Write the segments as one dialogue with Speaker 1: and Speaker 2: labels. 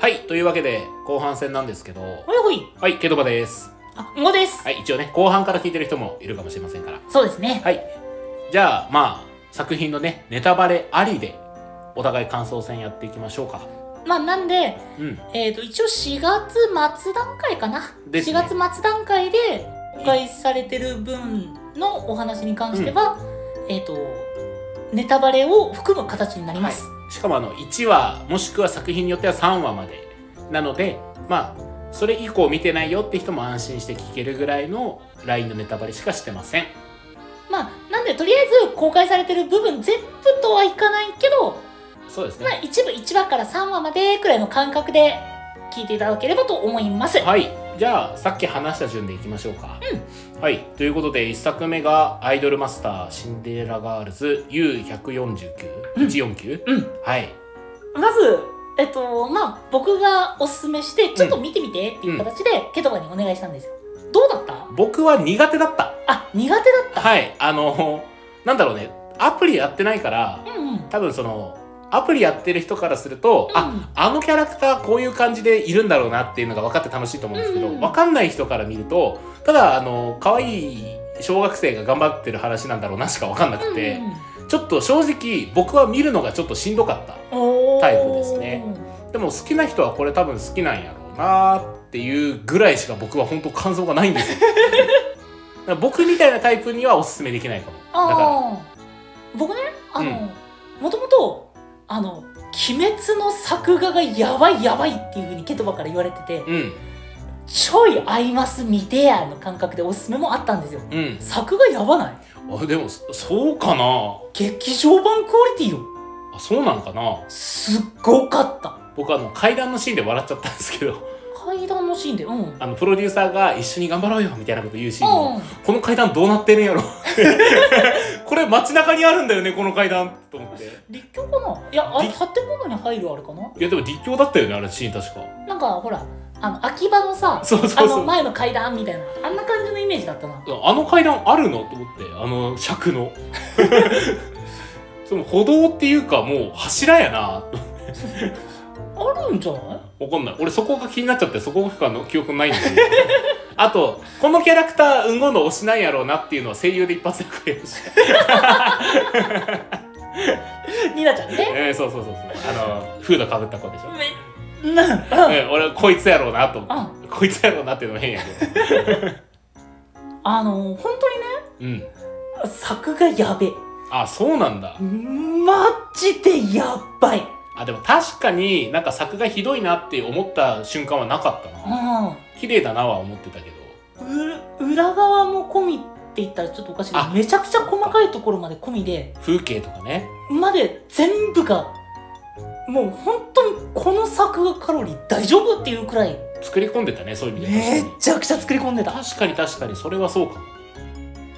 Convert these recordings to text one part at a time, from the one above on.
Speaker 1: はい、というわけで、後半戦なんですけど、
Speaker 2: ほいほい。
Speaker 1: はい、ケドバです。
Speaker 2: あ、もです。
Speaker 1: はい、一応ね、後半から聞いてる人もいるかもしれませんから。
Speaker 2: そうですね。
Speaker 1: はい。じゃあ、まあ、作品のね、ネタバレありで、お互い感想戦やっていきましょうか。
Speaker 2: まあ、なんで、
Speaker 1: うん。
Speaker 2: えっ、と、一応4月末段階かな。
Speaker 1: ですね
Speaker 2: 4月末段階で、公開されてる分のお話に関しては、えっ、と、ネタバレを含む形になります。
Speaker 1: しかもあの1話もしくは作品によっては3話までなのでまあそれ以降見てないよって人も安心して聞けるぐらいの LINE のネタバレしかしてません
Speaker 2: まあ、なんで、とりあえず公開されてる部分全部とはいかないけど、
Speaker 1: そうです
Speaker 2: まあ
Speaker 1: ね、
Speaker 2: 一部1話から3話までくらいの感覚で聞いていただければと思います。
Speaker 1: はいじゃあさっき話した順でいきましょうか、はいということで1作目が「アイドルマスターシンデレラガールズ U149149、
Speaker 2: うん
Speaker 1: はい
Speaker 2: まず、えっと、まあ、僕がおすすめして、ちょっと見てみてっていう形で、ケトバにお願いしたんですよ。どうだった
Speaker 1: 僕は苦手だった
Speaker 2: あ、苦手だっ
Speaker 1: はいあのなんだろうねアプリやってないから
Speaker 2: た。うんうん。
Speaker 1: 多分そのアプリやってる人からすると、あ
Speaker 2: うん
Speaker 1: あのキャラクターこういう感じでいるんだろうなっていうのが分かって楽しいと思うんですけど、
Speaker 2: うんうん
Speaker 1: 分かんない人から見るとただあの可愛い小学生が頑張ってる話なんだろうなしか分かんなくて、ちょっと正直僕は見るのがちょっとしんどかった
Speaker 2: おー
Speaker 1: タイプですねでも好きな人はこれ多分好きなんやろうなっていうぐらいしか僕は本当感想がないんですよだから 僕みたいなタイプにはおすすめできないかもだから
Speaker 2: ああ。僕ね、あ
Speaker 1: う
Speaker 2: の、もともと、あの、鬼滅の作画がやばいやばいっていうふうにケトバから言われてて、
Speaker 1: うん
Speaker 2: ちょいアイマス見てやの感覚でおすすめもあったんですよ。
Speaker 1: うん
Speaker 2: 作画やばない
Speaker 1: あでもそそうかな
Speaker 2: 劇場版クオリティよ。
Speaker 1: あそうなんかな
Speaker 2: すっごかった。
Speaker 1: 僕あの階段のシーンで笑っちゃったんですけど
Speaker 2: 階段のシーンで、うん。
Speaker 1: あのプロデューサーが一緒に頑張ろうよみたいなこと言うシーンも、
Speaker 2: うん、
Speaker 1: この階段どうなってるんやろこれ街中にあるんだよねこの階段と思ってい
Speaker 2: 立教かないやあれ
Speaker 1: 立
Speaker 2: 建物に入るあれかな
Speaker 1: やでも立教だったよねあれシーン確か
Speaker 2: なんかほらあの秋葉のさ
Speaker 1: そうそうそう
Speaker 2: あの前の階段みたいなあんな感じのイメージだったな
Speaker 1: あの階段あるのと思ってあの尺の その歩道っていうかもう柱やな
Speaker 2: あるんじゃない
Speaker 1: わかんない俺そこが気になっちゃってそこがの記憶ないんです よあとこのキャラクターうんごの推しなんやろうなっていうのは声優で一発でくれるし
Speaker 2: ニナちゃんね
Speaker 1: えー、そうそうそうそうあのフードかぶった子でしょ、
Speaker 2: めな
Speaker 1: う
Speaker 2: うん
Speaker 1: ん、俺こいつやろうなと思
Speaker 2: あ
Speaker 1: ってこいつやろうなっていうのも変やけど
Speaker 2: あの本当にね
Speaker 1: うん
Speaker 2: 作がやべ
Speaker 1: あそうなんだ
Speaker 2: マジでやばい
Speaker 1: あでも確かになんか作がひどいなって思った瞬間はなかったな綺麗だなは思ってたけど
Speaker 2: うんう裏側も込みって言ったらちょっとおかしいけど
Speaker 1: あ
Speaker 2: めちゃくちゃ細かいところまで込みで
Speaker 1: 風景とかね
Speaker 2: まで全部がもう本当にこの作画カロリー大丈夫っていうくらい
Speaker 1: 作り込んでたねそういう意味
Speaker 2: め
Speaker 1: で
Speaker 2: っちゃくちゃ作り込んでた
Speaker 1: 確かに確かに確かにそれはそうかも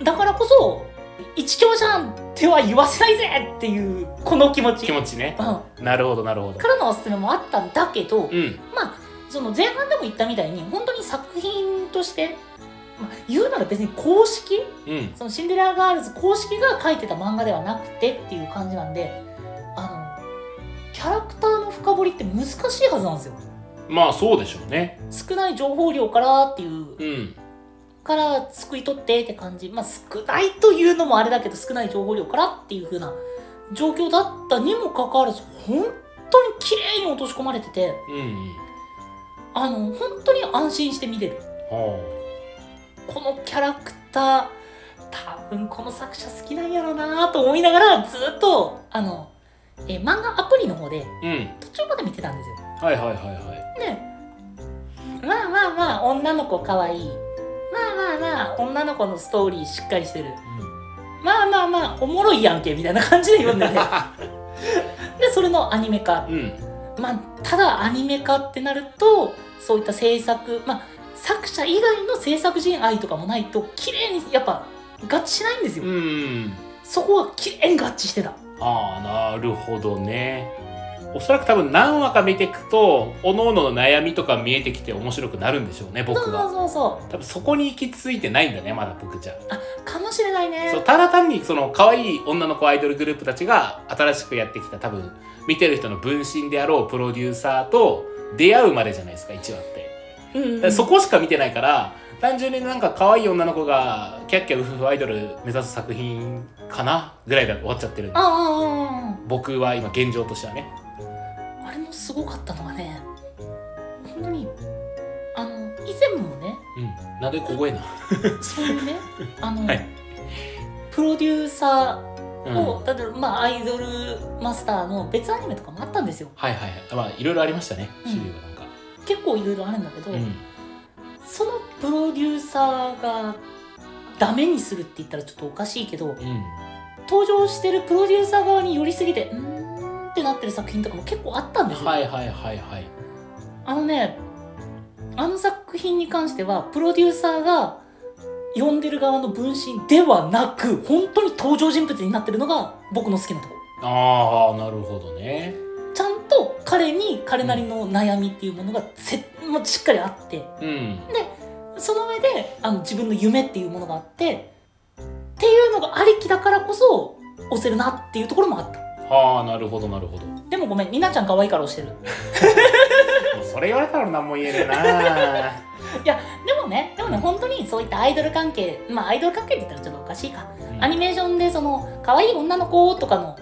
Speaker 2: だからこそ一強じゃんっては言わせないぜっていうこの気持ち
Speaker 1: 気持ちね
Speaker 2: うん、か
Speaker 1: なるほどなるほど
Speaker 2: らのおすすめもあったんだけど、
Speaker 1: うん
Speaker 2: まあその前半でも言ったみたいに本当に作品として、まあ、言うなら別に公式
Speaker 1: うん
Speaker 2: そのシンデレラガールズ公式が書いてた漫画ではなくてっていう感じなんであのキャラクターの深掘りって難しいはずなんですよ
Speaker 1: まあそうでしょうね
Speaker 2: 少ない情報量からっていう
Speaker 1: うん
Speaker 2: から救い取ってって感じまあ少ないというのもあれだけど少ない情報量からっていう風な状況だったにもかかわらず本当に綺麗に落とし込まれてて
Speaker 1: うんうん
Speaker 2: あの本当に安心して見れる
Speaker 1: は
Speaker 2: このキャラクター多分この作者好きなんやろうなと思いながらずっとあの、えー漫画アプリの方で
Speaker 1: あうん
Speaker 2: 途中まで見てたんですよ
Speaker 1: はいはいはいは
Speaker 2: ねまあまあまあ女の子かわいいまあまあまあ女の子のストーリーしっかりしてる
Speaker 1: い、うん
Speaker 2: まあまあまあおもろいやんけみたいな感じで 読んでてでそれのアニメ化
Speaker 1: うん、
Speaker 2: まあただアニメ化ってなるとそういった制作まあ作者以外の制作人愛とかもないと綺麗にやっぱ合致しないんですよ、
Speaker 1: うん、
Speaker 2: そこは綺麗に合致してた
Speaker 1: ああなるほどねおそらく多分何話か見ていくと各々の悩みとか見えてきて面白くなるんでしょうね
Speaker 2: そう
Speaker 1: 僕
Speaker 2: そう
Speaker 1: は
Speaker 2: そうそ
Speaker 1: 多分そこに行き着いてないんだねまだ僕じゃ
Speaker 2: うかもしれないね
Speaker 1: そうただ単にその可愛い女の子アイドルグループたちが新しくやってきた多分見てる人の分身であろうプロデューサーと出会うまでじゃないですか1話って
Speaker 2: うんうん
Speaker 1: だからそこしか見てないから単純になんか可愛い女の子がキャッキャウフフアイドル目指す作品かなぐらいで終わっちゃってるんで
Speaker 2: ああ
Speaker 1: 僕は今現状としてはね
Speaker 2: ああああれもすごかったのがね本当にあの以前も ね
Speaker 1: うんなんで小声な
Speaker 2: そういうねあの、
Speaker 1: はい
Speaker 2: プロデューサ
Speaker 1: う
Speaker 2: ー
Speaker 1: んはい
Speaker 2: を、例えばまあアイドルマスターの別アニメとかもあったんですよ
Speaker 1: はいはいまあいろいろありましたね
Speaker 2: うん
Speaker 1: 種類がなんか
Speaker 2: 結構いろいろあるんだけど、
Speaker 1: うん
Speaker 2: そのプロデューサーがダメにするって言ったらちょっとおかしいけど
Speaker 1: うん
Speaker 2: 登場してるプロデューサー側に寄りすぎてうーんってなってる作品とかも結構あったんですよ、
Speaker 1: はいはいはいはい
Speaker 2: あのねあの作品に関してはプロデューサーが呼んでる側の分身ではなく本当に登場人物になってるのが僕の好きなとこ
Speaker 1: ああなるほどね
Speaker 2: ちゃんと彼に彼なりの悩みっていうものがせもうしっかりあって
Speaker 1: うん
Speaker 2: その上であの自分の夢っていうものがあってっていうのがありきだからこそ押せるなっていうところもあった
Speaker 1: ああなるほどなるほど
Speaker 2: でもごめんニナちゃん可愛いから押してる
Speaker 1: もうそれ言われたら何も言えねえな
Speaker 2: でもねでもね本当にそういったアイドル関係まあアイドル関係って言ったらちょっとおかしいかアニメーションでその可愛い女の子とかの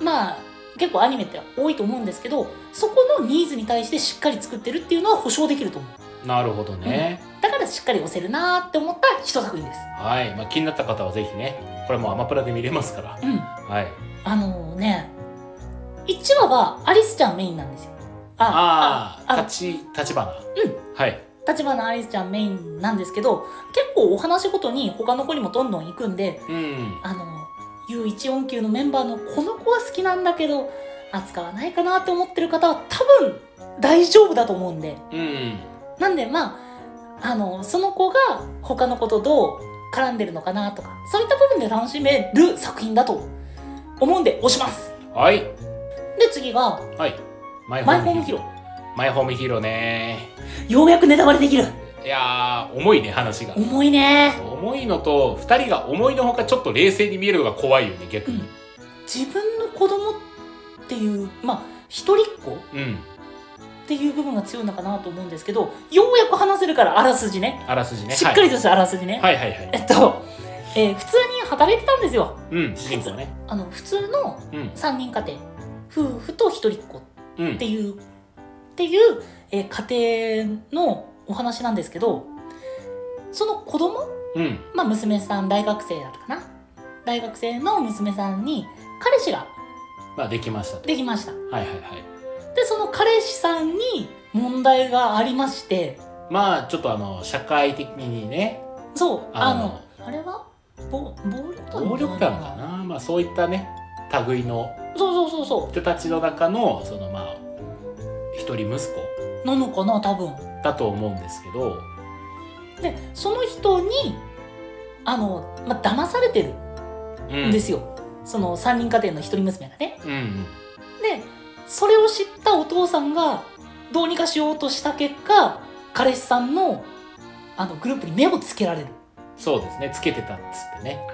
Speaker 2: まあ結構アニメって多いと思うんですけどそこのニーズに対してしっかり作ってるっていうのは保証できると思う
Speaker 1: なるほどね、
Speaker 2: だからしっかり押せるなーって思った一作品です
Speaker 1: はい、まあ、気になった方はぜひねこれもうアマプラで見れますから
Speaker 2: うん
Speaker 1: はい
Speaker 2: あのね1話はアリスちゃんメインなんですよ
Speaker 1: あ
Speaker 2: あ
Speaker 1: あ立ち立花うんはい
Speaker 2: 立花アリスちゃんメインなんですけど結構お話ごとに他の子にもどんどん行くんで
Speaker 1: うん
Speaker 2: あの U149 のメンバーのこの子は好きなんだけど扱わないかなと思ってる方は多分大丈夫だと思うんで
Speaker 1: うん
Speaker 2: なんでまああのその子が他の子とどう絡んでるのかなとかそういった部分で楽しめる作品だと思うんで押します
Speaker 1: はい
Speaker 2: で次が
Speaker 1: はいマイ
Speaker 2: マイホームヒ
Speaker 1: ロ
Speaker 2: ロ
Speaker 1: マイホームヒーローね
Speaker 2: ようやくネタバレできる
Speaker 1: いやー重いね話が
Speaker 2: 重いね
Speaker 1: 重いのと2人が思いのほかちょっと冷静に見えるのが怖いよね逆に
Speaker 2: 自分の子供っていうまあ一人っ子っ
Speaker 1: うん、
Speaker 2: ていう部分が強いのかなと思うんですけどようやく話せるからあらすじね
Speaker 1: あらすじね
Speaker 2: しっかりとしたあらすじね、
Speaker 1: はい、はいはいはい
Speaker 2: えっと、えー普通に働いてたんですよ
Speaker 1: うん主人公ね
Speaker 2: あの普通の
Speaker 1: うん
Speaker 2: 3人家庭夫婦と一人っ子っ
Speaker 1: うん
Speaker 2: ていうっていう、えー家庭のお話なんですけどその子供
Speaker 1: うん
Speaker 2: まあ、娘さん大学生だったかな大学生の娘さんに彼氏が
Speaker 1: まあできましたと
Speaker 2: できました
Speaker 1: はいはいはい
Speaker 2: でその彼氏さんに問題がありまして
Speaker 1: まあちょっとあの社会的にね
Speaker 2: そうあ
Speaker 1: あ
Speaker 2: の
Speaker 1: の
Speaker 2: あれはぼ暴力団
Speaker 1: 暴力団かなまあそういったね類の
Speaker 2: そうそうそうそ
Speaker 1: 人たちの中のそのまあ一人息子
Speaker 2: うなのかな多分
Speaker 1: だと思うんですけど
Speaker 2: でその人にあの、まあ、騙されてる
Speaker 1: うん
Speaker 2: んですよ、その3人家庭の一人娘がね
Speaker 1: うんうん
Speaker 2: でそれを知ったお父さんがどうにかしようとした結果彼氏さんのあのグループに目をつけられる
Speaker 1: そうですねつけてたっつってね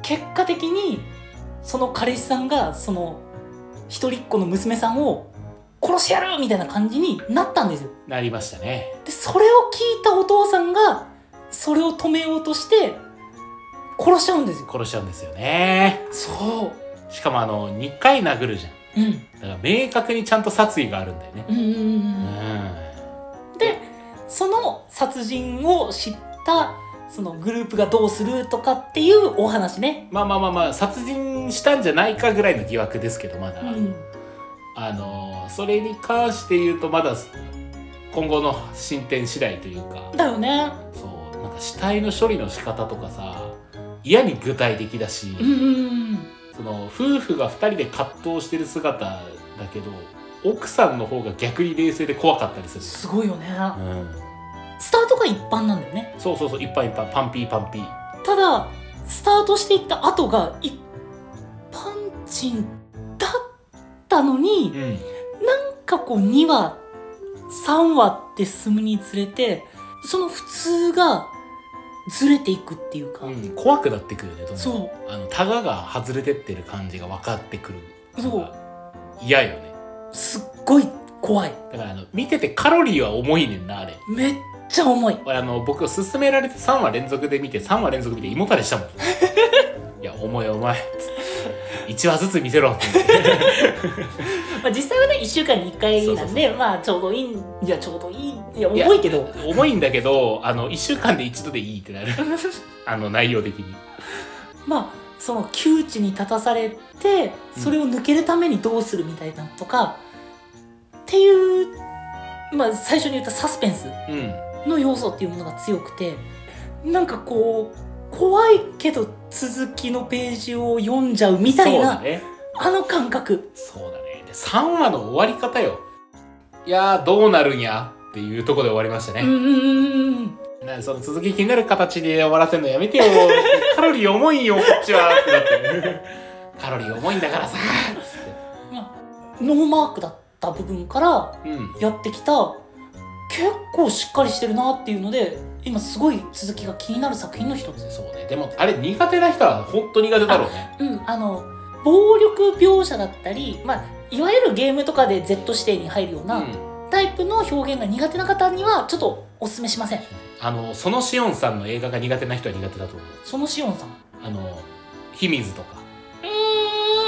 Speaker 2: 結果的にその彼氏さんがその一人っ子の娘さんを殺してやるみたいな感じになったんですよ
Speaker 1: なりましたね
Speaker 2: でそれを聞いたお父さんがそれを止めようとして殺しちゃうんですよ
Speaker 1: 殺しちゃうんですよね
Speaker 2: そ
Speaker 1: しかもあの2回殴るじゃん
Speaker 2: う、うん、
Speaker 1: だから明確にちゃんと殺意があるんだよね
Speaker 2: うんうんうん
Speaker 1: う
Speaker 2: うん
Speaker 1: ん
Speaker 2: その殺人を知ったそのグループがどうするとかっていうお話ね
Speaker 1: まあまあまあまあ殺人したんじゃないかぐらいの疑惑ですけどまだ、
Speaker 2: うん
Speaker 1: あのそれに関して言うとまだ今後の進展次第というか
Speaker 2: だよね
Speaker 1: そうなんか死体の処理の仕方とかさ嫌に具体的だし、
Speaker 2: うんうんうん
Speaker 1: その夫婦が2人で葛藤してる姿だけど奥さんの方が逆に冷静で怖かったりする、
Speaker 2: すごいよね
Speaker 1: うん、
Speaker 2: スタートが一般なんだよね
Speaker 1: そうそうそう一般一般パンピーパンピー
Speaker 2: ただスタートしていった後が一般人だったのに
Speaker 1: うん
Speaker 2: なんかこう2話3話って進むにつれてその普通がずれていくっていうか、
Speaker 1: うん、怖くなってくるよねどんどん
Speaker 2: そ
Speaker 1: あのタガが外れてってる感じが分かってくる
Speaker 2: そう
Speaker 1: 嫌よね
Speaker 2: うすっごい怖い
Speaker 1: だからあの見ててカロリーは重いねんなあれ
Speaker 2: めっちゃ重い
Speaker 1: 俺あの僕勧められて3話連続で見て3話連続見て胃もたれした もんいや重いお前1話ずつ見せろって
Speaker 2: まあ、実際はね1週間に1回なん
Speaker 1: そう
Speaker 2: で
Speaker 1: そう
Speaker 2: まあちょうどいいんいやちょうどいいいや
Speaker 1: いや
Speaker 2: 重いけど
Speaker 1: 重いんだけどあの1週間で一度でいいってな るあの内容的に
Speaker 2: まあその窮地に立たされてそれを抜けるためにどうするみたいなとか、っていうまあ最初に言ったサスペンス
Speaker 1: うん
Speaker 2: の要素っていうものが強くてなんかこう怖いけど続きのページを読んじゃうみたい
Speaker 1: そう
Speaker 2: な、
Speaker 1: だね
Speaker 2: あの感覚
Speaker 1: そうだねで3話の終わり方よいやーどうなるんやっていうところで終わりました
Speaker 2: うん
Speaker 1: ね、
Speaker 2: うんうんうん
Speaker 1: なんでその続き気になる形で終わらせるのやめて よカロリー重いよこっちはってなってカロリー重いんだから さつっ
Speaker 2: ノーマークだった部分から
Speaker 1: てうん
Speaker 2: やってきた結構しっかりしてるなっていうので今すごい続きが気になる作品の一つ
Speaker 1: そうねでもあれ苦手な人は本当苦手だろうね
Speaker 2: うんあの暴力描写だったり、まあ、いわゆるゲームとかで Z 指定に入るよう
Speaker 1: う
Speaker 2: なんタイプの表現が苦手な方にはちょっとおすすめしません
Speaker 1: あのそのしおんさんの映画が苦手な人は苦手だと思う
Speaker 2: そのしおんさん
Speaker 1: あの秘密とか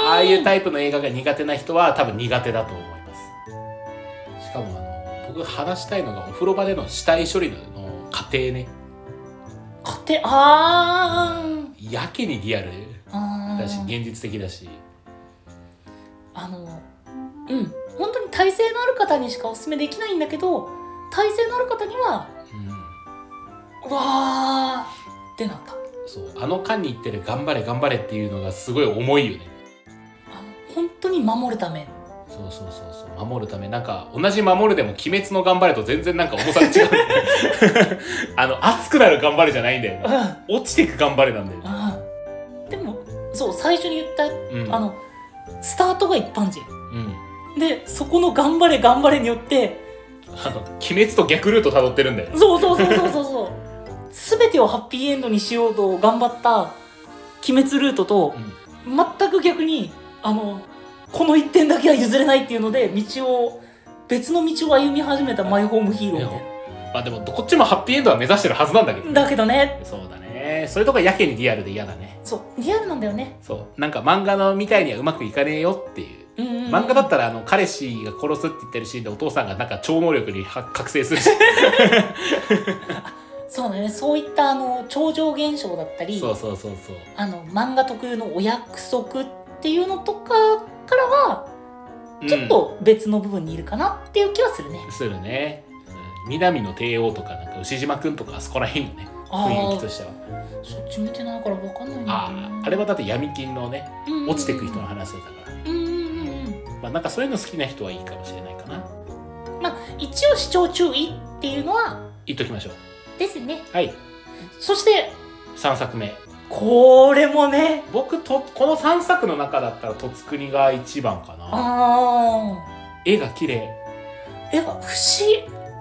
Speaker 2: あ
Speaker 1: ああいうタイプの映画が苦手な人は多分苦手だと思いますしかもあの僕話したいのがお風呂場での死体処理の過程ね
Speaker 2: 勝手あー
Speaker 1: やけにリアル
Speaker 2: あ
Speaker 1: だし
Speaker 2: ー
Speaker 1: 現実的だし
Speaker 2: あのうん本当に耐性のある方にしかおすすめできないんだけど耐性のある方には
Speaker 1: うん
Speaker 2: うわーってなった
Speaker 1: そうあの間に言ってる「頑張れ頑張れ」っていうのがすごい重いよね
Speaker 2: あの本当に守るため
Speaker 1: そうそうそうそう守るためなんか同じ「守る」でも「鬼滅の頑張れ」と全然なんか重さが違 うあの熱くなる「頑張れ」じゃないんだよね
Speaker 2: う
Speaker 1: 落ちていく「頑張れ」なんだよね、
Speaker 2: んでもそう最初に言った、
Speaker 1: うん、
Speaker 2: あのスタートが一般人
Speaker 1: うん
Speaker 2: でそこの「頑張れ頑張れ」によって
Speaker 1: あの鬼滅と逆ルート辿ってるんだよね
Speaker 2: そうそうそうそうそうそう全てをハッピーエンドにしようと頑張った鬼滅ルートと
Speaker 1: うん
Speaker 2: 全く逆にあのこの一点だけは譲れないっていうので道を別の道を歩み始めたマイホームヒーローみたい
Speaker 1: まあでもどこっちもハッピーエンドは目指してるはずなんだけど、
Speaker 2: なだけどね
Speaker 1: そうだねそういうとこやけにリアルで嫌だね
Speaker 2: そうリアルなんだよね
Speaker 1: そうなんか漫画のみたいにはうまくいかねえよっていう
Speaker 2: うんうんうん
Speaker 1: 漫画だったらあの彼氏が殺すって言ってるシーンでお父さんがなんか超能力には覚醒するし
Speaker 2: そうだねそういったあの超常現象だったり
Speaker 1: そうそうそうそう
Speaker 2: あの漫画特有のお約束っていうのとかからは
Speaker 1: うん
Speaker 2: ちょっと別の部分にいるかなっていう気はするね、
Speaker 1: するねうん南の帝王とかなんか牛島くんとかあそこらへんよね
Speaker 2: あ
Speaker 1: 雰囲気と
Speaker 2: あ
Speaker 1: しては
Speaker 2: そっち見てないから分かんないんだよ
Speaker 1: あ
Speaker 2: な
Speaker 1: ああれはだって闇金のね
Speaker 2: うんうんうん
Speaker 1: 落ちてく人の話だったか
Speaker 2: うんうんうん
Speaker 1: らまあなんかそういうの好きな人はいいかもしれないかな
Speaker 2: うんまあ一応視聴注意っていうのは
Speaker 1: 言っときましょう
Speaker 2: ですね
Speaker 1: はい
Speaker 2: そして
Speaker 1: 3作目
Speaker 2: これもね
Speaker 1: 僕とこの3作の中だったら「とつくに」が一番かな
Speaker 2: あ
Speaker 1: 絵が綺麗
Speaker 2: あやっぱ不思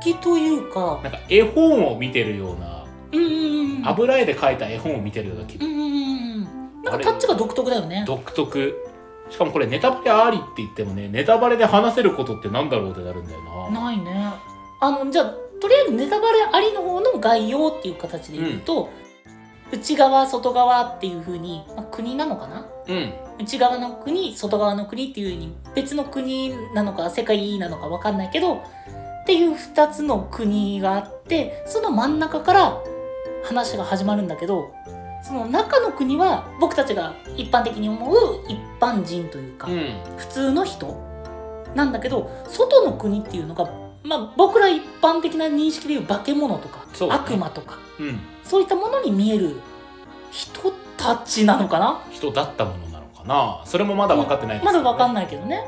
Speaker 2: 議というか
Speaker 1: なんか絵本を見てるような
Speaker 2: うんうんうん
Speaker 1: 油絵で描いた絵本を見てるような気
Speaker 2: う
Speaker 1: 分
Speaker 2: んうんうんなんかタッチが独特だよね
Speaker 1: 独特しかもこれネタバレありって言ってもねネタバレで話せることってなんだろうってなるんだよな
Speaker 2: ないねあのじゃあとりあえずネタバレありの方の概要っていう形で言うと、内側外側っていうふうに、まあ、国なのかな
Speaker 1: うん
Speaker 2: 内側の国外側の国っていうふうに別の国なのか世界なのか分かんないけどっていう2つの国があってその真ん中から話が始まるんだけどその中の国は僕たちが一般的に思う一般人というか、
Speaker 1: うん
Speaker 2: 普通の人なんだけど外の国っていうのが、まあ、僕ら一般的な認識でいう化け物とか、
Speaker 1: そうだね
Speaker 2: 悪魔とか
Speaker 1: うん
Speaker 2: そういったものに見える人たちなのかな
Speaker 1: 人だったものなのかなそれもまだ分かってない
Speaker 2: まだわかん
Speaker 1: ない
Speaker 2: ないけどね。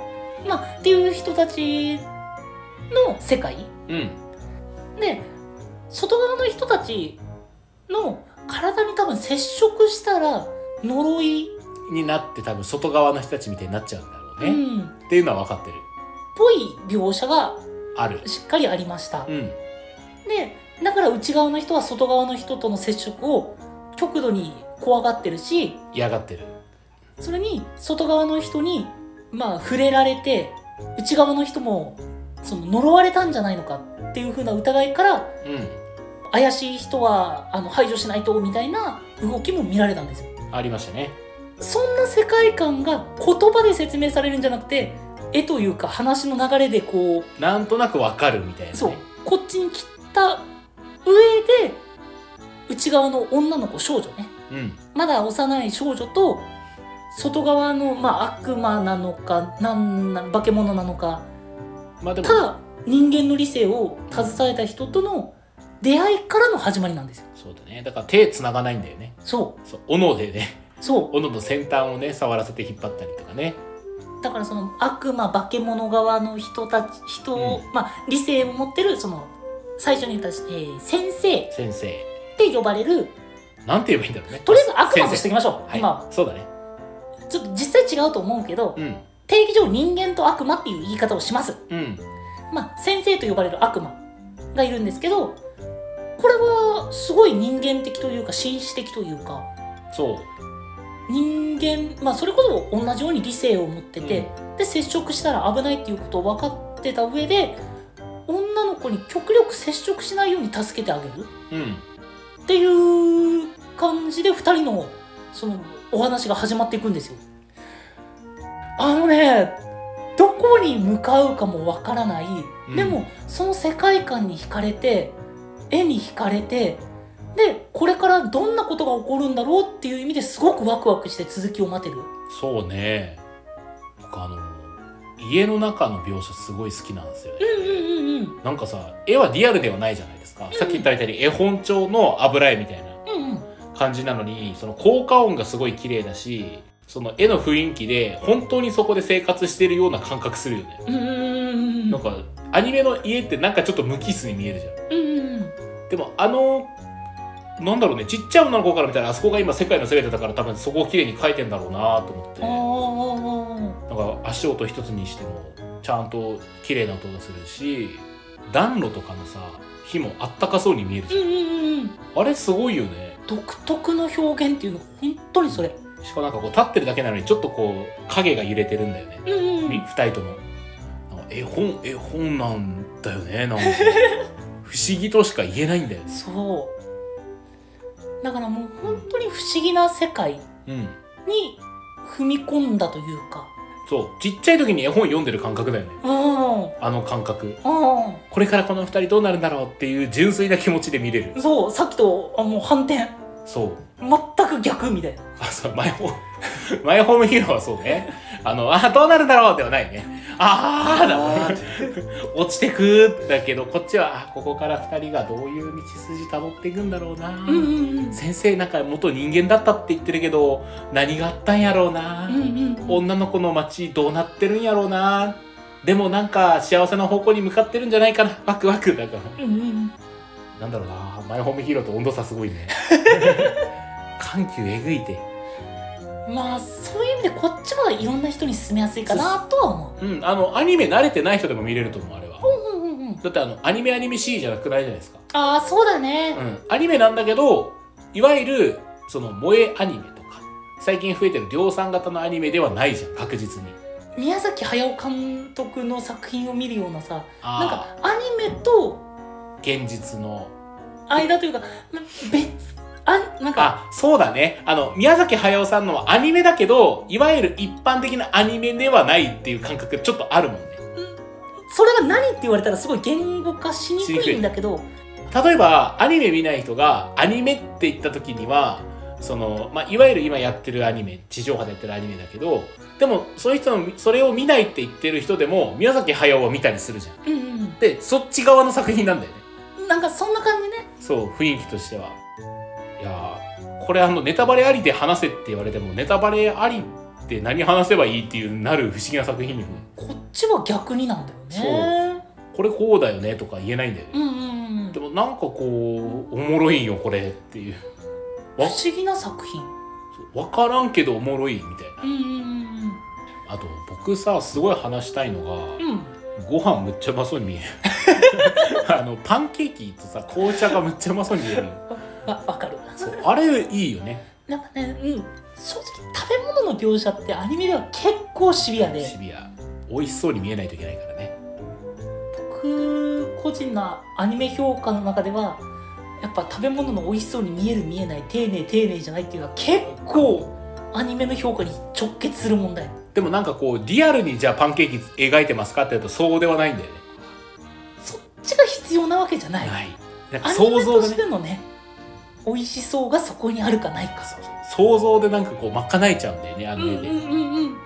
Speaker 2: まあ、っていう人たちの世界
Speaker 1: うん
Speaker 2: で外側の人たちの体に多分接触したら呪い、
Speaker 1: になって多分外側の人たちみたいになっちゃうんだろう
Speaker 2: う
Speaker 1: ね、っ
Speaker 2: ん、
Speaker 1: ていうのは分かってる
Speaker 2: ぽい描写が
Speaker 1: ある
Speaker 2: しっかりありました。
Speaker 1: うん
Speaker 2: でだから内側の人は外側の人との接触を極度に怖がってるし
Speaker 1: 嫌がってる
Speaker 2: それに外側の人にまあ触れられて内側の人もその呪われたんじゃないのかっていう風な疑いから
Speaker 1: うん
Speaker 2: 怪しい人はあの排除しないとみたいな動きも見られたんですよ
Speaker 1: ありましたね
Speaker 2: そんな世界観が言葉で説明されるんじゃなくて絵というか話の流れでこう
Speaker 1: なんとなくわかるみたいな、ね、
Speaker 2: そうこっちに切った上で内側の女の子少女ね
Speaker 1: うん
Speaker 2: まだ幼い少女と外側の、まあ、悪魔なのかなんなん化け物なのか
Speaker 1: まあでも
Speaker 2: ただ人間の理性を携えた人との出会いからの始まりなんですよ
Speaker 1: そうだねだから手繋がないんだよね
Speaker 2: そう
Speaker 1: そう斧でね
Speaker 2: そ
Speaker 1: 斧の先端をね触らせて引っ張ったりとかね
Speaker 2: うだからその悪魔化け物側の人たち人を、
Speaker 1: う
Speaker 2: まあ、理性を持ってるその最初に言った、えー先生っ
Speaker 1: 先生
Speaker 2: て呼ばれる
Speaker 1: なんて言えばいいんだろうね
Speaker 2: とりあえず悪魔と
Speaker 1: 先生
Speaker 2: しておきましょう、
Speaker 1: はい、
Speaker 2: 今は
Speaker 1: そうだね
Speaker 2: ちょっと実際違うと思うけど、
Speaker 1: うん
Speaker 2: 定義上人間と悪魔っていう言い方をします
Speaker 1: うん
Speaker 2: まあ、先生と呼ばれる悪魔がいるんですけどこれはすごい人間的というか紳士的というか
Speaker 1: そう
Speaker 2: 人間、まあ、それこそ同じように理性を持ってて、で接触したら危ないっていうことを分かってた上で女の子に極力接触しないように助けてあげる
Speaker 1: うん
Speaker 2: っていう感じで2人のそのお話が始まっていくんですよ。あのねどこに向かうかもわからない、
Speaker 1: うん
Speaker 2: でもその世界観に惹かれて絵に惹かれてでこれからどんなことが起こるんだろうっていう意味ですごくワクワクして続きを待てる
Speaker 1: そうね僕あの家の中の描写すごい好きなんですよね、
Speaker 2: うんうんうん
Speaker 1: なんかさ絵はリアルではないじゃないですか、さっき言ったみたいに絵本調の油絵みたいな
Speaker 2: うんうん
Speaker 1: 感じなのにその効果音がすごい綺麗だしその絵の雰囲気で本当にそこで生活してるような感覚するよね、
Speaker 2: うんうんうんうんうん
Speaker 1: なんかアニメの家ってなんかちょっと無機質に見えるじゃん
Speaker 2: うん
Speaker 1: でもあのなんだろうねちっちゃい女の子から見たらあそこが今世界の全てだから多分そこを綺麗に描いてんだろうなと思って
Speaker 2: あー
Speaker 1: なんか足音一つにしてもちゃんと綺麗な音がするし暖炉とかのさ火もあったかそうに見える
Speaker 2: う
Speaker 1: じゃ
Speaker 2: ん
Speaker 1: ん、
Speaker 2: うんうん
Speaker 1: あれすごいよね
Speaker 2: 独特の表現っていうのが本当にそれ
Speaker 1: しかもなんかこう立ってるだけなのにちょっとこう影が揺れてるんだよね、
Speaker 2: うんうんうん
Speaker 1: 二人ともなんか絵本絵本なんだよねなんか不思議としか言えないんだよね
Speaker 2: そうだからもう本当に不思議な世界
Speaker 1: うん
Speaker 2: に踏み込んだというか
Speaker 1: そうちっちゃい時に絵本読んでる感覚だよね
Speaker 2: うん
Speaker 1: あの感覚
Speaker 2: う
Speaker 1: これからこの二人どうなるんだろうっていう純粋な気持ちで見れる
Speaker 2: んそうさっきとあもう反転
Speaker 1: そう
Speaker 2: 全く逆みたいな
Speaker 1: あそうマイホーム マイホームヒーローはそうねあのあどうなるだろうではないねああだもん
Speaker 2: あ
Speaker 1: ね落ちてくだけどこっちはあここから2人がどういう道筋たどっていくんだろうな、
Speaker 2: うんうんうん
Speaker 1: 先生なんか元人間だったって言ってるけど何があったんやろうな、
Speaker 2: うんうん
Speaker 1: 女の子の街どうなってるんやろうなでもなんか幸せな方向に向かってるんじゃないかなワクワクだから
Speaker 2: うんうん
Speaker 1: なんだろうなマイホームヒーローと温度差すごいね 緩急えぐいて
Speaker 2: うんまあそういう意味でこっちはいろんな人に勧めやすいかなとは思う
Speaker 1: うん、あの、アニメ慣れてない人でも見れると思う、あれは。
Speaker 2: うんうんうんうん
Speaker 1: だってあの、アニメアニメ C じゃなくないじゃないですか。
Speaker 2: ああそうだね
Speaker 1: うん。アニメなんだけど、いわゆる、その、萌えアニメとか、最近増えてる量産型のアニメではないじゃん、確実に。
Speaker 2: 宮崎駿監督の作品を見るようなさ
Speaker 1: あ
Speaker 2: なんかアニメと
Speaker 1: あ、現実の。
Speaker 2: 間というかな別あなんか
Speaker 1: あ、そうだね。あの、宮崎駿さんのはアニメだけど、いわゆる一般的なアニメではないっていう感覚ちょっとあるもんね。
Speaker 2: それが何って言われたらすごい言語化しにくいんだけど
Speaker 1: 例えばアニメ見ない人がアニメって言った時にはその、まあ、いわゆる今やってるアニメ地上波でやってるアニメだけどでもそういう人のそれを見ないって言ってる人でも宮崎駿は見たりするじゃん。
Speaker 2: うんうん
Speaker 1: でそっち側の作品なんだよね
Speaker 2: うんなんかそんな感じね
Speaker 1: そう雰囲気としては。いやーこれあのネタバレありで話せって言われてもネタバレありって何話せばいいっていうなる不思議な作品に
Speaker 2: こっちは逆になんだよね
Speaker 1: これこうだよねとか言えないんだよね。
Speaker 2: う、んうんうん、
Speaker 1: で
Speaker 2: 不
Speaker 1: もなんかこうおもろいんよこれっていう。
Speaker 2: 思議な作品
Speaker 1: 分からんけどおもろいみたいな
Speaker 2: うんうん
Speaker 1: あと僕さすごい話したいのが
Speaker 2: うんうん
Speaker 1: ご飯むっちゃうまそうに 見えるあのパンケーキとさ紅茶がむっちゃうまそうに見える
Speaker 2: わわかる
Speaker 1: そうあれいいよね
Speaker 2: なんかねうん正直食べ物の描写ってアニメでは結構シビアで
Speaker 1: シビア美味しそうに見えないといけないからね
Speaker 2: 僕個人のアニメ評価の中ではやっぱ食べ物の美味しそうに見える見えない丁寧丁寧じゃないっていうのは結構アニメの評価に直結する問題
Speaker 1: でもなんかこうリアルにじゃあパンケーキ描いてますかって言うとそうではないんだよね
Speaker 2: そっちが必要なわけじゃない、
Speaker 1: ないなんか
Speaker 2: アニ
Speaker 1: 想
Speaker 2: メ
Speaker 1: 像
Speaker 2: と
Speaker 1: で
Speaker 2: し
Speaker 1: ね
Speaker 2: てのね美味しそうがそこにあるかないか
Speaker 1: 想像でなんかこう賄えちゃうんだよねア
Speaker 2: う
Speaker 1: ニメで、
Speaker 2: んうんうん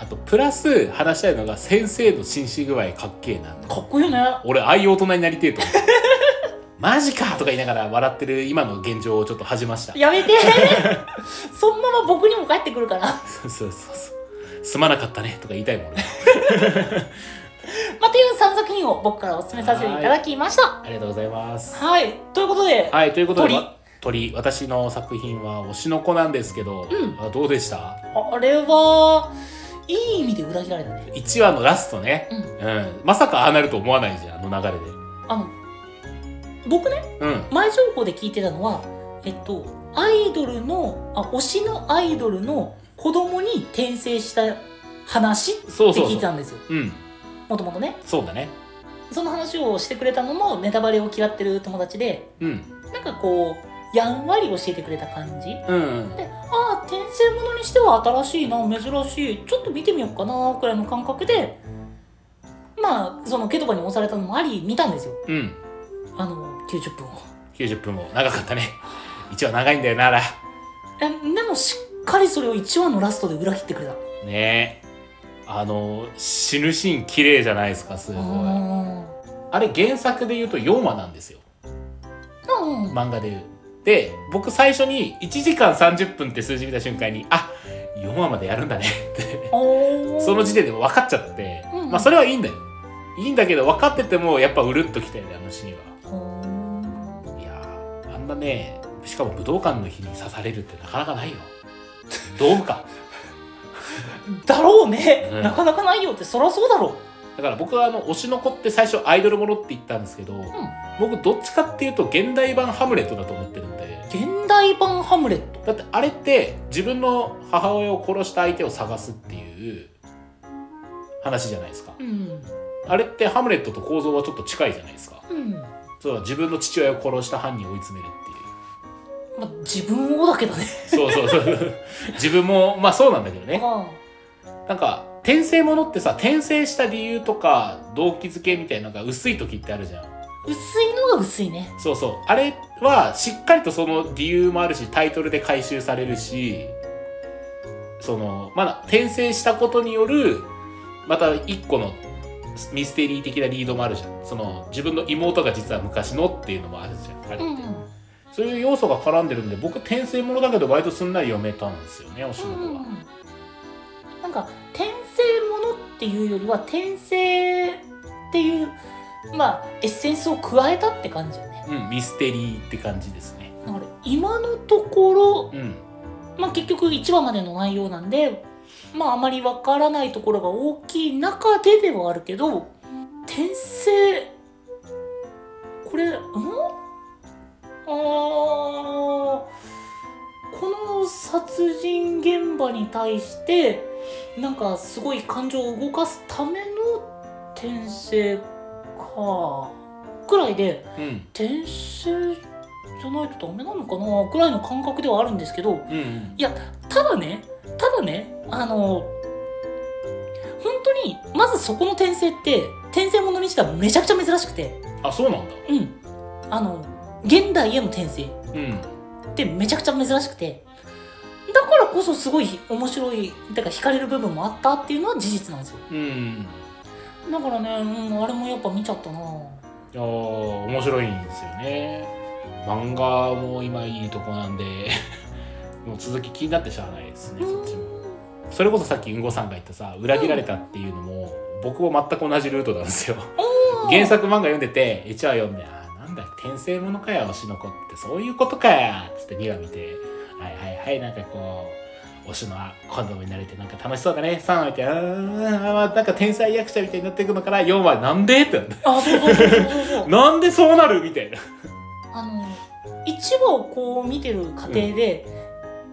Speaker 1: あとプラス話したいのが先生の紳士具合かっけえな
Speaker 2: かっこいいよね
Speaker 1: 俺ああいう大人になりてえと 思ったマジかとか言いながら笑ってる今の現状をちょっと恥じました
Speaker 2: や めてそのまま僕にも返ってくるから
Speaker 1: そうそうそうそうすまなかったねとか言いたいもん俺
Speaker 2: まあ、という3作品を僕からお勧めさせていただきました。
Speaker 1: ありがとうございます
Speaker 2: はい、ということで、
Speaker 1: はいということで
Speaker 2: 鳥
Speaker 1: わ鳥私の作品は「推しの子」なんですけど、
Speaker 2: うん
Speaker 1: あどうでした
Speaker 2: あれは、いい意味で裏切られたね。
Speaker 1: 1話のラストね、
Speaker 2: うん。
Speaker 1: うん、まさかああなると思わないじゃんあの流れで
Speaker 2: あの、僕ね、
Speaker 1: うん
Speaker 2: 前情報で聞いてたのは、えっと、アイドルの、あ、推しのアイドルの子供に転生した話って
Speaker 1: そうそう
Speaker 2: 聞い
Speaker 1: そ
Speaker 2: て
Speaker 1: う
Speaker 2: たんですよ。
Speaker 1: うん
Speaker 2: もともとね。
Speaker 1: そうだね
Speaker 2: その話をしてくれたのも、ネタバレを嫌ってる友達で、
Speaker 1: うん
Speaker 2: なんかこう、やんわり教えてくれた感じ
Speaker 1: うんうん
Speaker 2: でああ転生ものにしては新しいな珍しいちょっと見てみようかなくらいの感覚でまあそのケトバに押されたのもあり見たんですよ
Speaker 1: うん
Speaker 2: あの90分を
Speaker 1: 90分も長かったね1話長いんだよなあら
Speaker 2: えでもしっかりそれを1話のラストで裏切ってくれた
Speaker 1: ねえあの死ぬシーン綺麗じゃないですかすごい
Speaker 2: うん
Speaker 1: あれ原作で言うと4話なんですよ
Speaker 2: うん
Speaker 1: 漫画で言うで僕最初に1時間30分って数字見た瞬間にあ4話までやるんだねって
Speaker 2: おー
Speaker 1: その時点でも分かっちゃって、
Speaker 2: うんうん
Speaker 1: まあそれはいいんだよいいんだけど分かっててもやっぱうるっときたよねあのシーンは
Speaker 2: うん
Speaker 1: いやーあんなねしかも武道館の日に刺されるってなかなかないよ道具か
Speaker 2: だろうね、
Speaker 1: うん
Speaker 2: なかなかないよってそりゃそうだろう
Speaker 1: だから僕はあの推しの子って最初アイドルものって言ったんですけど、僕どっちかっていうと現代版ハムレットだと思ってるんで
Speaker 2: 現代版ハムレット
Speaker 1: だってあれって自分の母親を殺した相手を探すっていう話じゃないですか
Speaker 2: うん
Speaker 1: あれってハムレットと構造はちょっと近いじゃないですか
Speaker 2: うん
Speaker 1: そう自分の父親を殺した犯人を追い詰めるっ
Speaker 2: まあ自分をだけどね
Speaker 1: ていうそうそうそう 自分もまあそうなんだけどね
Speaker 2: あ
Speaker 1: なんか転生ものってさ転生した理由とか動機づけみたいなのが薄い時ってあるじゃん
Speaker 2: ー薄いのが薄いね
Speaker 1: そうそうあれはしっかりとその理由もあるしタイトルで回収されるしそのまだ転生したことによるまた一個のミステリー的なリードもあるじゃんその自分の妹が実は昔のっていうのもあるじゃんあれって、
Speaker 2: うん
Speaker 1: そういう要素が絡んでるんで僕転生ものだけど割とすんなり読めたんですよねお仕事が、
Speaker 2: なんか転生ものっていうよりは転生っていうまあエッセンスを加えたって感じよね
Speaker 1: うん、ミステリーって感じですね
Speaker 2: だから今のとこ
Speaker 1: うん
Speaker 2: ろ、まあ、結局1話までの内容なんでまああまりわからないところが大きい中でではあるけど転生これんああーこの殺人現場に対してなんかすごい感情を動かすための転生かくらいで
Speaker 1: うん
Speaker 2: 転生じゃないとダメなのかなくらいの感覚ではあるんですけど
Speaker 1: うんうん
Speaker 2: ただねただねあの本当にまずそこの転生って転生ものにしてはめちゃくちゃ珍しくて
Speaker 1: あそうなんだ
Speaker 2: うんあの現代への転生
Speaker 1: うん
Speaker 2: ってめちゃくちゃ珍しくてだからこそすごい面白いてか惹かれる部分もあったっていうのは事実なんですよ
Speaker 1: うん
Speaker 2: だからね、うん、あれもやっぱ見ちゃったない
Speaker 1: やー面白いんですよね漫画も今いいとこなんで もう続き気になってしゃあないですねそっちもそれこそさっきうんごさんが言ったさ裏切られたっていうのも、僕も全く同じルートなんですよ原作漫画読んでて1話読んで「あーなんだ転生ものかよ推しの子ってそういうことかよ」っつって2話見て「はいはいはいなんかこう推しの子供になれてなんか楽しそうだね」3話見て「あーなんか天才役者みたいになっていくのから4話なんで?」ってなって
Speaker 2: あそうそうそうそうそうそう
Speaker 1: なんでそうなるみたいな。
Speaker 2: あの1話をこう見てる過程で、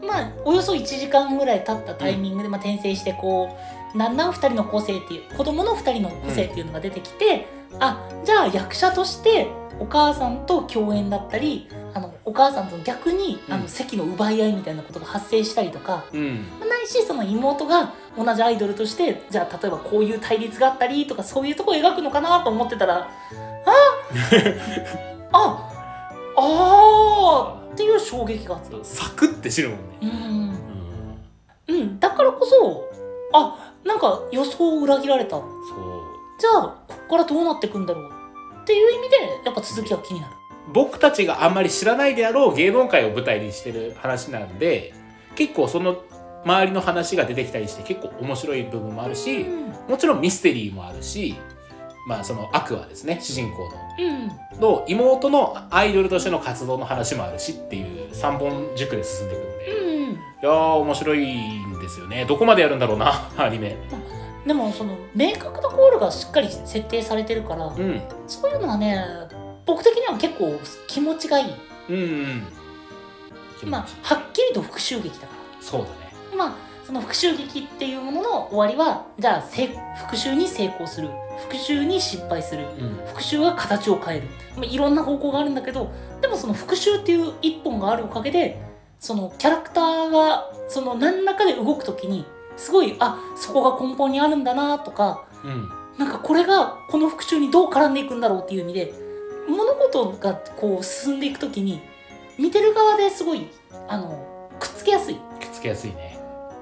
Speaker 2: ままあおよそ1時間ぐらい経ったタイミングで、まあ、転生してこうだんだん2人の個性っていう子供の2人の個性っていうのが出てきて、あじゃあ役者としてお母さんと共演だったりあのお母さんと逆にあ
Speaker 1: う
Speaker 2: の
Speaker 1: ん
Speaker 2: 席の奪い合いみたいなことが発生したりとか、
Speaker 1: うん
Speaker 2: ないしその妹が同じアイドルとしてじゃあ例えばこういう対立があったりとかそういうとこを描くのかなと思ってたらあああーっていう衝撃があった。
Speaker 1: サクッて死ぬもんね、
Speaker 2: うん
Speaker 1: うん、
Speaker 2: うん、だからこそあなんか予想を裏切られたじ
Speaker 1: そう
Speaker 2: ゃあこっからどうなってくんだろうっていう意味でやっぱ続きは気になる
Speaker 1: 僕たちがあんまり知らないであろう芸能界を舞台にしてる話なんで結構その周りの話が出てきたりして結構面白い部分もあるし
Speaker 2: うん
Speaker 1: もちろんミステリーもあるしまあそのアクアですね主人公の
Speaker 2: うん
Speaker 1: の妹のアイドルとしての活動の話もあるしっていう3本軸で進んでいくんで、い
Speaker 2: うん
Speaker 1: やー面白いんですよねどこまでやるんだろうなアニメ
Speaker 2: でもその明確なゴールがしっかり設定されてるから、
Speaker 1: うん
Speaker 2: そういうのはね僕的には結構気持ちがいい
Speaker 1: うんうん
Speaker 2: まあはっきりと復讐劇だか
Speaker 1: そうだね
Speaker 2: らまあその復讐劇っていうものの終わりはじゃあせ復讐に成功する復讐に失敗する
Speaker 1: うん
Speaker 2: 復讐が形を変える、まあ、いろんな方向があるんだけどでもその復讐っていう一本があるおかげでそのキャラクターがその何らかで動く時にすごいあそこが根本にあるんだなとか
Speaker 1: うん
Speaker 2: なんかこれがこの復讐にどう絡んでいくんだろうっていう意味で物事がこう進んでいく時に見てる側ですごいあのくっつけやすいっ
Speaker 1: くっつけやすいね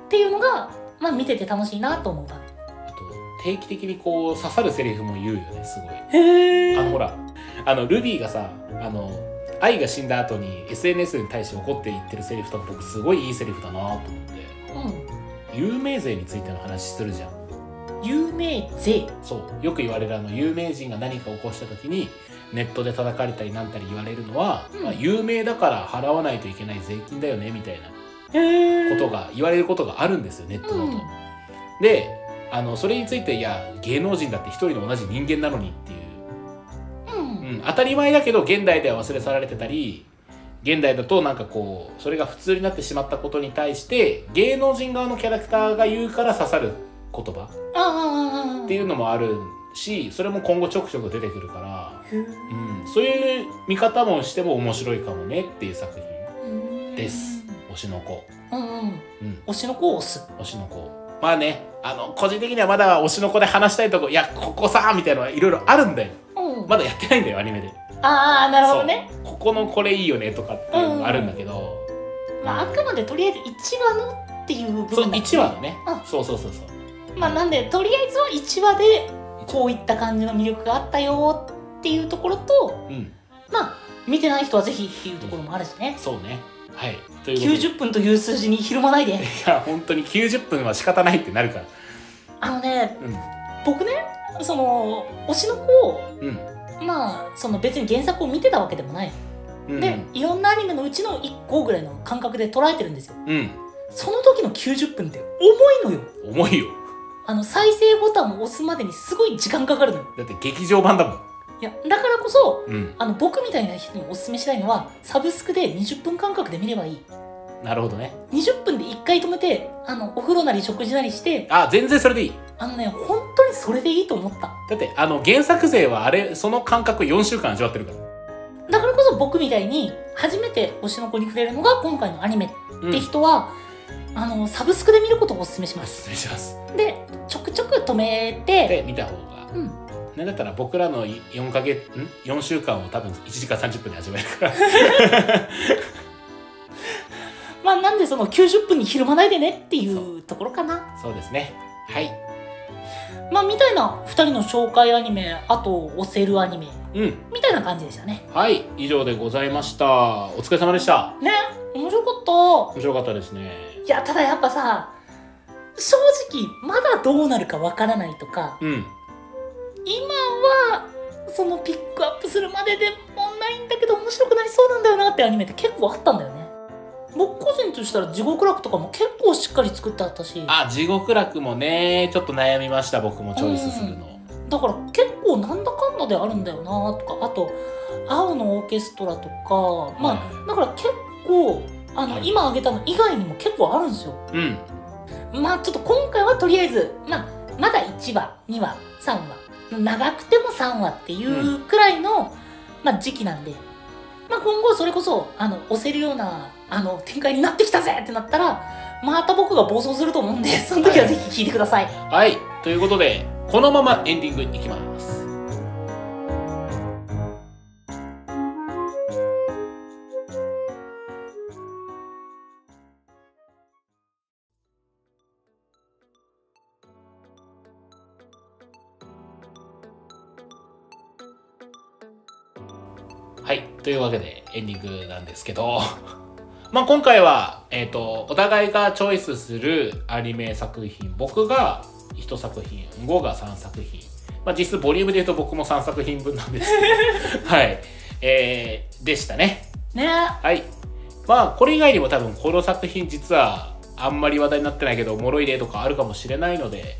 Speaker 2: ていうのが、まあ、見てて楽しいなと思う場面
Speaker 1: あと定期的にこう刺さるセリフも言うよねすごい
Speaker 2: へ
Speaker 1: あのほらあのルビーがさあの愛が死んだ後に SNS に対して怒って言ってるセリフとか僕すごいいいセリフだなと思って
Speaker 2: うん、
Speaker 1: 有名税についての話するじゃん
Speaker 2: 有名税
Speaker 1: そうよく言われるあの有名人が何か起こした時にネットで叩かれたりなんたり言われるのは、
Speaker 2: うん
Speaker 1: まあ、有名だから払わないといけない税金だよねみたいな
Speaker 2: へ
Speaker 1: ことが言われることがあるんですよネットだと。
Speaker 2: うん
Speaker 1: であのそれについていや芸能人だって一人の同じ人間なのにっていう
Speaker 2: うん
Speaker 1: うん、当たり前だけど現代では忘れ去られてたり現代だとなんかこうそれが普通になってしまったことに対して芸能人側のキャラクターが言うから刺さる言葉
Speaker 2: ああ
Speaker 1: っていうのもあるしそれも今後ちょくちょく出てくるから、うん、そういう見方もしても面白いかもねっていう作品です推しの子、
Speaker 2: うんうん
Speaker 1: うん、
Speaker 2: 推しの子を推す
Speaker 1: 推しの子まあねあの個人的にはまだ推しの子で話したいとこいやここさみたいなのはいろいろあるんだよ
Speaker 2: うん
Speaker 1: まだやってないんだよアニメで
Speaker 2: ああなるほどね
Speaker 1: そうここのこれいいよねとかっていうのがあるんだけど、
Speaker 2: まああくまでとりあえず一話のっていう部分
Speaker 1: そう
Speaker 2: だね
Speaker 1: 1話のね
Speaker 2: あ
Speaker 1: そうそうそうそう
Speaker 2: まあなんでとりあえずは一話でこういった感じの魅力があったよっていうところと
Speaker 1: うん
Speaker 2: まあ見てない人はぜひっていうところもあるしね
Speaker 1: そうねはいということで
Speaker 2: 90分という数字にひるまないで
Speaker 1: いや本当に90分は仕方ないってなるから
Speaker 2: あのね
Speaker 1: うん
Speaker 2: 僕ねその推しの子を
Speaker 1: うん
Speaker 2: まあその別に原作を見てたわけでもない
Speaker 1: うん
Speaker 2: でいろんなアニメのうちの1個ぐらいの感覚で捉えてるんですよ
Speaker 1: うん
Speaker 2: その時の90分って重いのよ
Speaker 1: 重いよ
Speaker 2: あの再生ボタンを押すまでにすごい時間かかるのよ
Speaker 1: だって劇場版だも
Speaker 2: いやだからこそ
Speaker 1: んうん
Speaker 2: あの僕みたいな人におすすめしたいのはサブスクで20分間隔で見ればいい
Speaker 1: なるほどね
Speaker 2: 20分で1回止めてあのお風呂なり食事なりして
Speaker 1: あ全然それでいい
Speaker 2: あのね本当にそれでいいと思った
Speaker 1: だってあの原作勢はあれその感覚4週間味わってるから
Speaker 2: だからこそ僕みたいに初めて推しの子に触れるのが今回のアニメっ
Speaker 1: うん
Speaker 2: て人は、あのサブスクで見ることをおすすめし
Speaker 1: お
Speaker 2: ます
Speaker 1: すめします
Speaker 2: でちょくちょく止めて
Speaker 1: で見た方が
Speaker 2: うん
Speaker 1: なんだったら僕らの4か月ん4週間を多分1時間30分で味わえる から
Speaker 2: まあなんでその90分にひるまないでねっていうところかな
Speaker 1: そうですねはい
Speaker 2: まあみたいな2人の紹介アニメあと押せるアニメ
Speaker 1: うん
Speaker 2: みたいな感じでしたね
Speaker 1: はい、以上でございました。お疲れ様でした。
Speaker 2: ね面白かっ
Speaker 1: 面白かったですね。
Speaker 2: たいやただやっぱさ正直まだどうなるかわからないとか
Speaker 1: うん、
Speaker 2: 今はそのピックアップするまででもないんだけど面白くなりそうなんだよなってアニメって結構あったんだよね僕個人としたら地獄楽とかも結構しっかり作ってあったし
Speaker 1: あ、地獄楽もね、ちょっと悩みました。僕もチョイスするの。
Speaker 2: だから結構なんだかんだであるんだよなとかあと「青のオーケストラ」とかまあ、
Speaker 1: うん
Speaker 2: だから結構あの、
Speaker 1: はい
Speaker 2: 今挙げたの以外にも結構あるんですよ
Speaker 1: うん
Speaker 2: まあちょっと今回はとりあえず、まあ、まだ1話2話3話長くても3話っていうくらいの、まあ、時期なんで、まあ、今後それこそあの押せるようなあの展開になってきたぜってなったらまた僕が暴走すると思うんでその時はぜひ聞いてください。
Speaker 1: はいということでこのままエンディングいきますはいというわけでエンディングなんですけどまあ今回は、えー、とお互いがチョイスするアニメ作品僕が1作品5が3作品、まあ、実質ボリュームで言うと僕も3作品分なんですけどはいえー、でしたね
Speaker 2: ね
Speaker 1: はいまあこれ以外にも多分この作品実はあんまり話題になってないけどおもろい例とかあるかもしれないので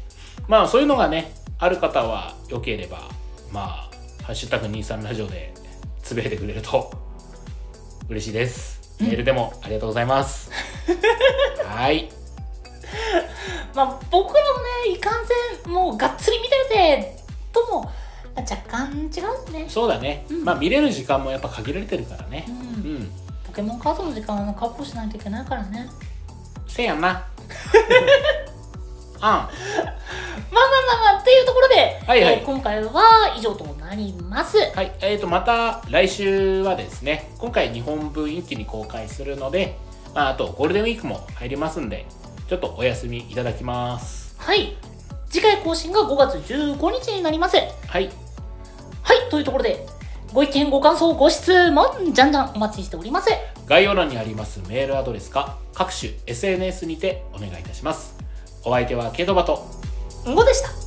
Speaker 1: まあそういうのがねある方はよければまあ「ハッシュタグ #23 ラジオ」でつぶやいてくれると嬉しいですメールでもありがとうござい ます、はい
Speaker 2: まあ、僕らもねいかんせんもうがっつり見てるぜとも、まあ若干違うんですね。
Speaker 1: そうだね、
Speaker 2: うん
Speaker 1: まあ見れる時間もやっぱ限られてるからね
Speaker 2: う
Speaker 1: うんん
Speaker 2: ポケモンカードの時間を確保しないといけないからね。
Speaker 1: せや なあ
Speaker 2: まあまあまあまあっていうところで、
Speaker 1: はいはい
Speaker 2: えー今回は以上となります。
Speaker 1: んはいえー、とまた来週はですね今回日本分一気に公開するので、まあ、あとゴールデンウィークも入りますんでちょっとお休みいただきます
Speaker 2: はい。次回更新が5月15日になります。は
Speaker 1: はい
Speaker 2: い。というところで、ご意見、ご感想、ご質問、じゃんじゃんお待ちしております。
Speaker 1: 概要欄にありますメールアドレスか各種 SNS にてお願いいたしますお相手はケイドバと
Speaker 2: うんごでした。